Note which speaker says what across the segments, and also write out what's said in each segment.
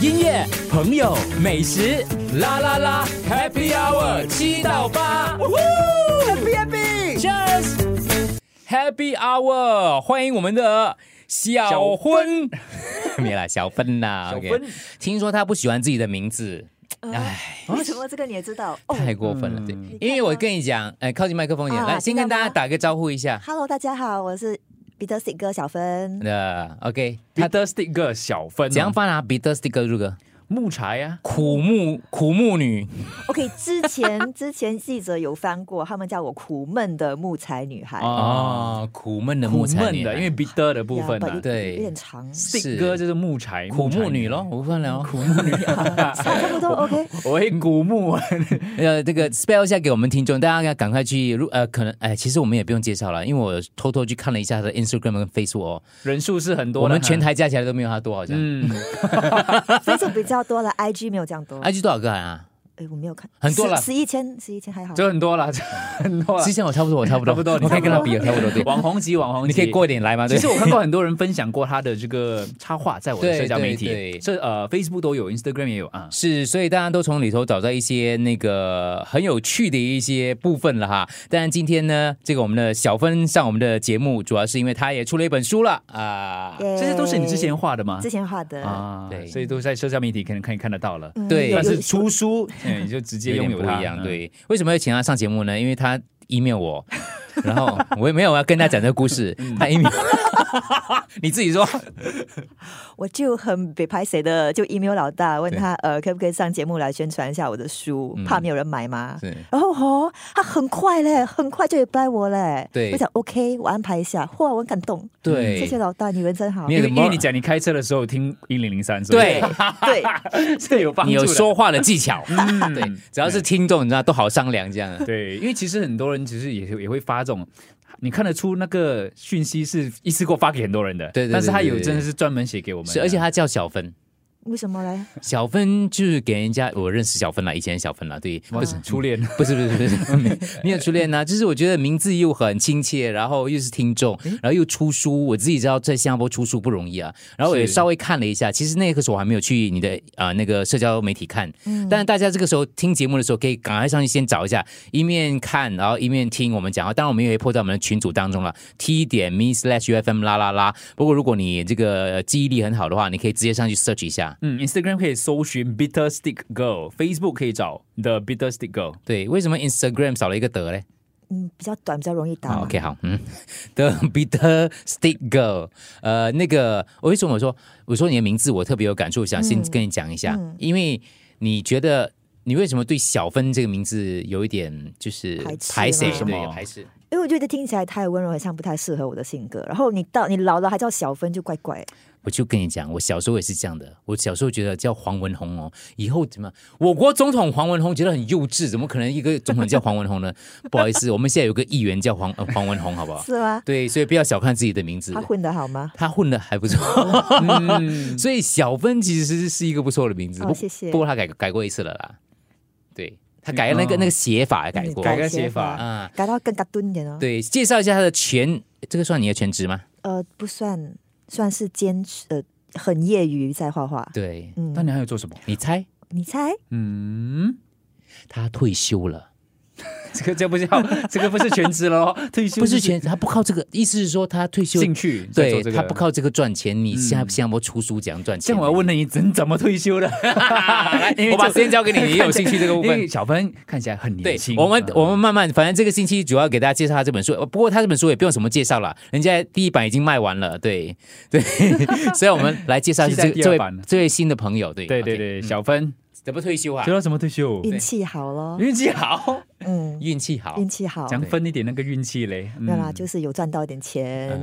Speaker 1: 音乐、朋友、美食，啦啦啦，Happy Hour 七到八，Happy Happy，Cheers。Happy Hour，欢迎我们的小婚， 没啦，小芬哦呐、
Speaker 2: 小
Speaker 1: OK
Speaker 2: 芬
Speaker 1: 听说他不喜欢自己的名字，
Speaker 2: 哎
Speaker 1: 唉，
Speaker 3: 为哎什么这个你也知 道？哦
Speaker 1: 太过分了，对
Speaker 2: 嗯，
Speaker 1: 因为我跟你讲，哎，靠近麦克风一点，
Speaker 3: 啊
Speaker 1: 来，先跟
Speaker 3: 听到
Speaker 1: 大
Speaker 3: 吗
Speaker 1: 家打个招呼一下，
Speaker 3: ，Hello，大家好，我是彼得 C 哥小芬。
Speaker 1: 呃，OK，他
Speaker 2: Peter Stick 小分、哦
Speaker 1: 怎样翻啊？彼得 stick 入个
Speaker 2: 木柴啊，
Speaker 1: 苦木苦木女，
Speaker 3: OK，之前之前记者有翻过，他们叫我苦闷的木材女孩，
Speaker 2: 哦
Speaker 1: 哦，苦闷的木
Speaker 2: 苦
Speaker 1: 材
Speaker 2: 闷
Speaker 1: 女
Speaker 2: 的，
Speaker 1: 孩，
Speaker 2: 因为 Peter 的部分
Speaker 3: 呀
Speaker 2: 啊
Speaker 3: ，but
Speaker 1: 对
Speaker 3: 有 点长，
Speaker 1: 是
Speaker 2: ，Stick 哥就是木柴，
Speaker 1: 苦
Speaker 2: 柴
Speaker 1: 木女咯，。我问
Speaker 2: 嗯
Speaker 1: 了哦，苦木女，
Speaker 3: 差不多 OK。
Speaker 2: 我会古木啊，
Speaker 1: 呃，这个 spell 一下给我们听众，大家赶快去，如呃，可能哎，其实我们也不用介绍了，因为我偷偷去看了一下他的 Instagram 跟 Facebook，哦
Speaker 2: 人数是很多
Speaker 1: 我
Speaker 2: 的哈，
Speaker 1: 们全台加起来都没有他多，好像。
Speaker 2: 嗯，
Speaker 3: 分数比较多了，IG 没有这样多。
Speaker 1: IG 多少个人啊？
Speaker 3: 哎，我没有看，
Speaker 1: 很多了
Speaker 3: 十一千，十一千还好。
Speaker 2: 就很 多了，就很多了
Speaker 1: 之。前我差不多，我差不多，
Speaker 2: 差不 多
Speaker 1: 我可以跟他比，
Speaker 3: 差
Speaker 1: 我差不 多对。
Speaker 2: 网红级，网红
Speaker 1: 你
Speaker 2: 级，
Speaker 1: 可以过一点来吗？对
Speaker 2: 其，实我看过很多人分享过他的这个插画，在我的
Speaker 1: 对
Speaker 2: 社交媒体，
Speaker 1: 对对
Speaker 2: 这呃 Facebook 都有，Instagram 也有啊。
Speaker 1: 是，所以大家都从里头找到一些那个很有趣的一些部分了哈。当然，今天呢，这个我们的小芬上我们的节目，主要是因为她也出了一本书了啊。
Speaker 3: 耶
Speaker 2: 这些都是你之前画的吗
Speaker 3: 之？前画的，
Speaker 2: 啊，
Speaker 1: 对
Speaker 2: 所以都在社交媒体可能可以看得到了。
Speaker 3: 嗯
Speaker 1: 对
Speaker 3: 有
Speaker 2: 但
Speaker 3: 有
Speaker 2: 是出书，嗯，你就直接
Speaker 1: 有
Speaker 2: 拥
Speaker 1: 点
Speaker 2: 有
Speaker 1: 不
Speaker 2: 它
Speaker 1: 一样。
Speaker 2: 嗯，
Speaker 1: 对，为什么要请她上节目呢？因为她 email 我， 然后我也没有要跟她讲这个故 事，她 email，你自己说。
Speaker 3: 我就很北拍谁的，就 email 老大问他，呃，可不可以上节目来宣传一下我的书
Speaker 1: 嗯？
Speaker 3: 怕没有人买吗？
Speaker 1: 是
Speaker 3: 然后哦，他很快嘞，很快就也拜我嘞。
Speaker 1: 对
Speaker 3: 我想 OK，我安排一下。哇，我很感动。
Speaker 1: 对
Speaker 3: 谢谢老大，你人真好。
Speaker 1: 你
Speaker 2: 因为
Speaker 1: 怎
Speaker 2: 因
Speaker 1: 么
Speaker 2: 为你讲你开车的时候听一零零三，
Speaker 1: 对，
Speaker 3: 对，
Speaker 2: 这有帮助。
Speaker 1: 你有，说话的技巧，
Speaker 2: 嗯，
Speaker 1: 对，只要是听众，你知道都好商量这样。
Speaker 2: 对，因为其实很多人其实也也会发这种，你看得出那个讯息是一次过发给很多人的，
Speaker 1: 对对对
Speaker 2: 但是他
Speaker 1: 对
Speaker 2: 有
Speaker 1: 对
Speaker 2: 真的是专门写给我们的，嗯
Speaker 1: 是，而且她叫小芬。
Speaker 3: 为什么嘞？
Speaker 1: 小芬就是给人家，我认识小芬啦，以前小芬啦，对，不
Speaker 2: 不
Speaker 1: 是
Speaker 2: 是初恋，
Speaker 1: 不是不是不 是没没有初恋呐、就是我觉得名字又很亲切，然后又是听众，然后又出书，我自己知道在新加坡出书不容易啊，然后我也
Speaker 2: 是
Speaker 1: 稍微看了一下，其实那个时候我还没有去你的啊、呃那个社交媒体看，
Speaker 2: 嗯
Speaker 1: 但是大家这个时候听节目的时候，可以赶快上去先找一下，一面看，然后一面听我们讲啊。当然，我们也会破在我们的群组当中了，t 点 me slash ufm 啦啦啦。不过，如果你这个记忆力很好的话，你可以直接上去 search 一下。
Speaker 2: 嗯，Instagram 可以搜寻 Bitter Stick Girl，Facebook 可以找 The Bitter Stick Girl。
Speaker 1: 对，为什么 Instagram 少了一个德嘞？
Speaker 3: 嗯，比较短，比较容易打。
Speaker 1: 啊，OK，好，嗯，The Bitter Stick Girl，呃，那个，我为什么我说我说你的名字我特别有感触，想先
Speaker 3: 嗯
Speaker 1: 跟你讲一下，
Speaker 3: 嗯
Speaker 1: 因为你觉得你为什么对小芬这个名字有一点就是
Speaker 3: 排斥
Speaker 1: 排斥
Speaker 3: 吗为什
Speaker 2: 么
Speaker 1: 对，排斥，
Speaker 3: 因为我觉得听起来太温柔，好像不太适合我的性格。然后你到你老了还叫小芬，就怪怪。
Speaker 1: 我就跟你讲，我小时候也是这样的，我小时候觉得叫黄文宏哦，以后怎么样我国总统黄文宏觉得很幼稚，怎么可能一个总统叫黄文宏呢？ 不好意思，我们现在有个议员叫黄、呃黄文宏，好不好？
Speaker 3: 是吗？
Speaker 1: 对，所以不要小看自己的名字
Speaker 3: 他。混得好吗？
Speaker 1: 他混的还不错，嗯
Speaker 2: 嗯
Speaker 1: 所以小芬其实是一个不错的名字。
Speaker 3: 哦
Speaker 1: 不
Speaker 3: 谢谢
Speaker 1: 不过他改改过一次了啦，对他改了那个、
Speaker 2: 哦
Speaker 1: 那个写法也改过。
Speaker 2: 嗯改个
Speaker 3: 个
Speaker 2: 写法
Speaker 1: 啊，
Speaker 3: 改到更嘎顿一点哦。
Speaker 1: 对，介绍一下他的全，这个算你的全职吗？
Speaker 3: 呃，不算，算是兼职，呃，很业余在画画。
Speaker 1: 对，
Speaker 2: 那
Speaker 3: 嗯，
Speaker 2: 你还有做 什么？
Speaker 1: 你猜
Speaker 3: 你猜？
Speaker 2: 嗯，
Speaker 1: 他退休了？
Speaker 2: 这个这不叫，这个不是全职了哦， 退休
Speaker 1: 不是全，他不靠这个，意思是说他退休，
Speaker 2: 兴趣，在
Speaker 1: 对
Speaker 2: 做这个嗯
Speaker 1: 他不。靠这个赚钱。你现在新加坡出书怎样赚钱？
Speaker 2: 这样我要问了你，怎怎么退休 的？
Speaker 1: 来
Speaker 2: 因为
Speaker 1: 我把
Speaker 2: 这
Speaker 1: 时间 交给你，你有兴趣这个部
Speaker 2: 因
Speaker 1: 分
Speaker 2: 为。小芬看起来很
Speaker 1: 对
Speaker 2: 年轻。，
Speaker 1: 我们
Speaker 2: 嗯
Speaker 1: 我们慢慢，反正这个星期主要给大家介绍他这本书。呃不过他这本书也不用什么介绍了，人家第一版已经卖完了。对 对，所以我们来介绍一下 这
Speaker 2: 期待第
Speaker 1: 这
Speaker 2: 二
Speaker 1: 位
Speaker 2: 版
Speaker 1: 这位新的朋友。对
Speaker 2: 对对
Speaker 1: OK
Speaker 2: 对，小芬
Speaker 1: 怎么退休嗯啊
Speaker 2: 学？到什么退休？
Speaker 3: 运气好咯。
Speaker 2: 运气好，
Speaker 3: 嗯，
Speaker 1: 运气好哦
Speaker 3: 运，气好。
Speaker 2: 讲分一点那个运气嘞。嗯
Speaker 3: 没有啦，就是有赚到一点钱，
Speaker 1: 啊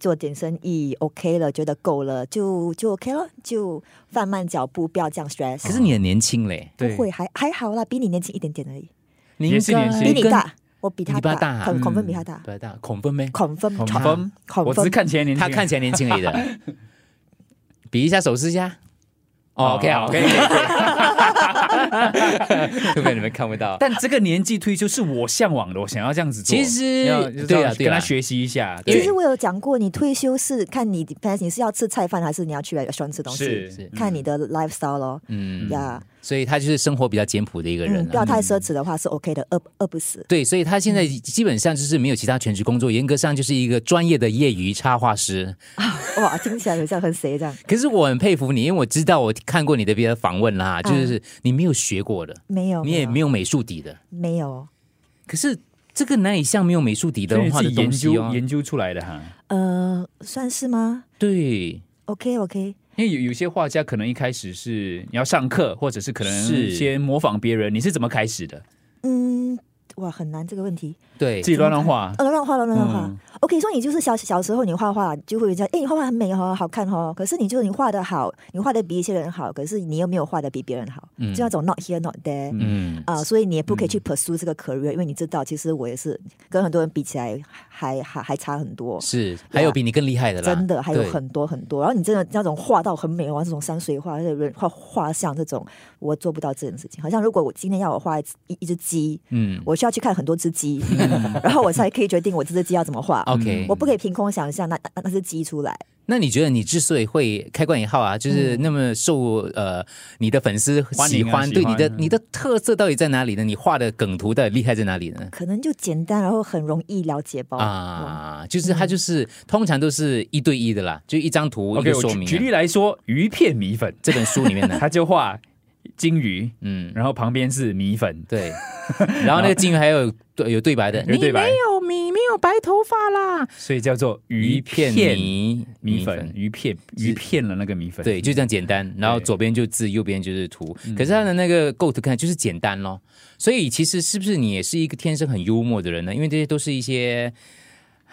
Speaker 3: 做点生意，OK 了，觉得够了，就就 OK 了，就放慢脚步，不要
Speaker 1: 哦
Speaker 3: 这样 stress。
Speaker 1: 可是你很年轻嘞，
Speaker 3: 不
Speaker 2: 对
Speaker 3: 会，还还好啦，比你年轻一点点而已，
Speaker 1: 你
Speaker 2: 也是
Speaker 1: 应该
Speaker 2: 年轻
Speaker 3: 比你
Speaker 1: 跟
Speaker 3: 大，我比他
Speaker 1: 你比他大啊
Speaker 3: 恐恐分
Speaker 2: 嗯
Speaker 3: 比他大，
Speaker 1: 不要大，恐分咩？
Speaker 3: 恐分
Speaker 2: 好分，
Speaker 3: 恐
Speaker 2: 我只是
Speaker 3: 分，
Speaker 2: 看起来年 轻。
Speaker 1: 他看起来年轻而已的，比一下手势一下。哦 OK 好
Speaker 2: 哦
Speaker 1: ，OK，会不会你们看不 到？
Speaker 2: 但这个年纪推出是我向往的，我想要这样子做。
Speaker 1: 其实
Speaker 2: 要就是
Speaker 1: 对啊
Speaker 2: 要
Speaker 1: 对啊
Speaker 2: 跟他学习一下。
Speaker 1: 对
Speaker 3: 其
Speaker 2: 对
Speaker 3: 实我有讲过，你退休是看你，反正你是要吃菜饭，还是你要去 restaurant 吃东西，
Speaker 2: 是
Speaker 3: 看你的 lifestyle 咯。
Speaker 1: 嗯，
Speaker 3: 呀，
Speaker 1: 所以他就是生活比较简朴的一个人
Speaker 3: 嗯，不
Speaker 1: 啊、
Speaker 3: 要太嗯奢侈的话是 OK 的，饿饿不死。
Speaker 1: 对，所以他现在基本上就是没有其他全职工作，严格上就是一个专业的业余插画师。
Speaker 3: 哇，听起来很像很谁这样？
Speaker 1: 可是我很佩服你，因为我知道我看过你的别的访问啦，就是你没有学过的，
Speaker 3: 嗯哦没有，
Speaker 1: 你也没
Speaker 3: 有，
Speaker 1: 有美术底的。
Speaker 3: 没有。
Speaker 1: 可是这个难以像没有美术底的
Speaker 2: 这是
Speaker 1: 画的
Speaker 2: 自己研
Speaker 1: 东西
Speaker 2: 究
Speaker 1: 哦。
Speaker 2: 研究出来的哈。
Speaker 3: 呃，算是吗
Speaker 1: 对，
Speaker 3: ？OK OK，
Speaker 2: 因为有有些画家可能一开始是你要上课，或者是可能
Speaker 1: 是
Speaker 2: 先模仿别人，你是怎么开始的？
Speaker 3: 嗯，哇，很难这个问题。
Speaker 1: 对
Speaker 2: 自，己乱乱画，
Speaker 3: 呃，乱画乱乱画
Speaker 2: 嗯。
Speaker 3: OK，说你就是小小时候你画画就会这样，哎，你画画很美哦，好看哦。可是你就是你画的好，你画的比一些人好，可是你又没有画的比别人好，
Speaker 1: 嗯
Speaker 3: 就那种 not here not there。
Speaker 1: 嗯，
Speaker 3: 啊、所以你也不可以去 pursue 这个 career，、因为你知道，其实我也是跟很多人比起来还，还还还差很多，
Speaker 1: 是，还有比你更厉害的啦，
Speaker 3: 真的还有
Speaker 1: 对
Speaker 3: 很多很多。然后你真的那种画到很美哦，这种山水画、这人画画像这种，我做不到这件事情。好像如果我今天要我画一只一一只鸡，
Speaker 1: 嗯
Speaker 3: 我需要去看很多只鸡，
Speaker 2: 嗯
Speaker 3: 然后我才可以决定我这只鸡要怎么画。
Speaker 1: ，OK
Speaker 3: 我。不可以凭空想象那那那只鸡出来，
Speaker 1: 那你觉得你之所以会开罐以后啊，就是那么受呃你的粉丝
Speaker 2: 嗯欢
Speaker 1: 喜
Speaker 2: 迎啊
Speaker 1: 欢，
Speaker 2: 喜
Speaker 1: 对你的
Speaker 2: 欢嗯
Speaker 1: 你的特色到底在哪里呢？你画的梗图到底厉害在哪里呢？
Speaker 3: 可能就简单，然后很容易了解
Speaker 2: 哦
Speaker 3: 吧。嗯
Speaker 1: 啊，就是它就是通常都是一对一的啦，就一张图一
Speaker 2: OK，
Speaker 1: 个
Speaker 2: 我
Speaker 1: 说
Speaker 2: 举
Speaker 1: 明啊。
Speaker 2: 举例来说，鱼片米粉，
Speaker 1: 这本书里 面的，
Speaker 2: 他就画金鱼，
Speaker 1: 嗯，
Speaker 2: 然后旁边是米粉，
Speaker 1: 对。 然后那个金鱼还有对有对白的，
Speaker 2: 有对白
Speaker 1: 你没有你没有白头发啦，
Speaker 2: 所以叫做鱼
Speaker 1: 鱼
Speaker 2: 片
Speaker 1: 片米
Speaker 2: 米粉，。鱼片鱼片了那个米粉，
Speaker 1: 对，就这样简单。
Speaker 3: 嗯
Speaker 1: 然后
Speaker 2: 对
Speaker 1: 左边就字，右边就是图。可是他的那个构图看就是简单咯。所以其实是不是你也是一个天生很幽默的人呢？因为这些都是一些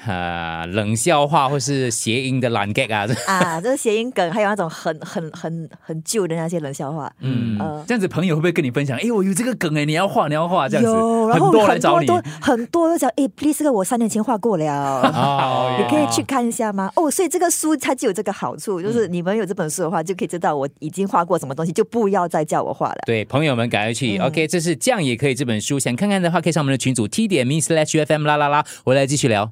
Speaker 1: 呃冷笑话或是谐音的烂 gag 啊。这
Speaker 3: 啊，这是谐音梗，还有那种很很很很旧的那些冷笑话。
Speaker 2: 嗯
Speaker 3: 呃，
Speaker 2: 这样子朋友会不会跟你分享？哎，我有这个梗哎，你要画，你要画这样子，
Speaker 3: 有，然后
Speaker 2: 很多来找你，
Speaker 3: 都很多都讲，哎，please，这个我三年前画过
Speaker 2: 啊
Speaker 3: 了。
Speaker 1: 哦
Speaker 3: 你可以去看一下吗？哦，所以这个书它就有这个好处，就是
Speaker 2: 嗯
Speaker 3: 你们有这本书的话，就可以知道我已经画过什么东西，就不要再叫我画了。
Speaker 1: 对，朋友们赶快去。
Speaker 3: 嗯
Speaker 1: OK，这是这样也可以这本书，想看看的话，可以上我们的群组 t 点 me slash fm 啦啦啦，回来继续聊。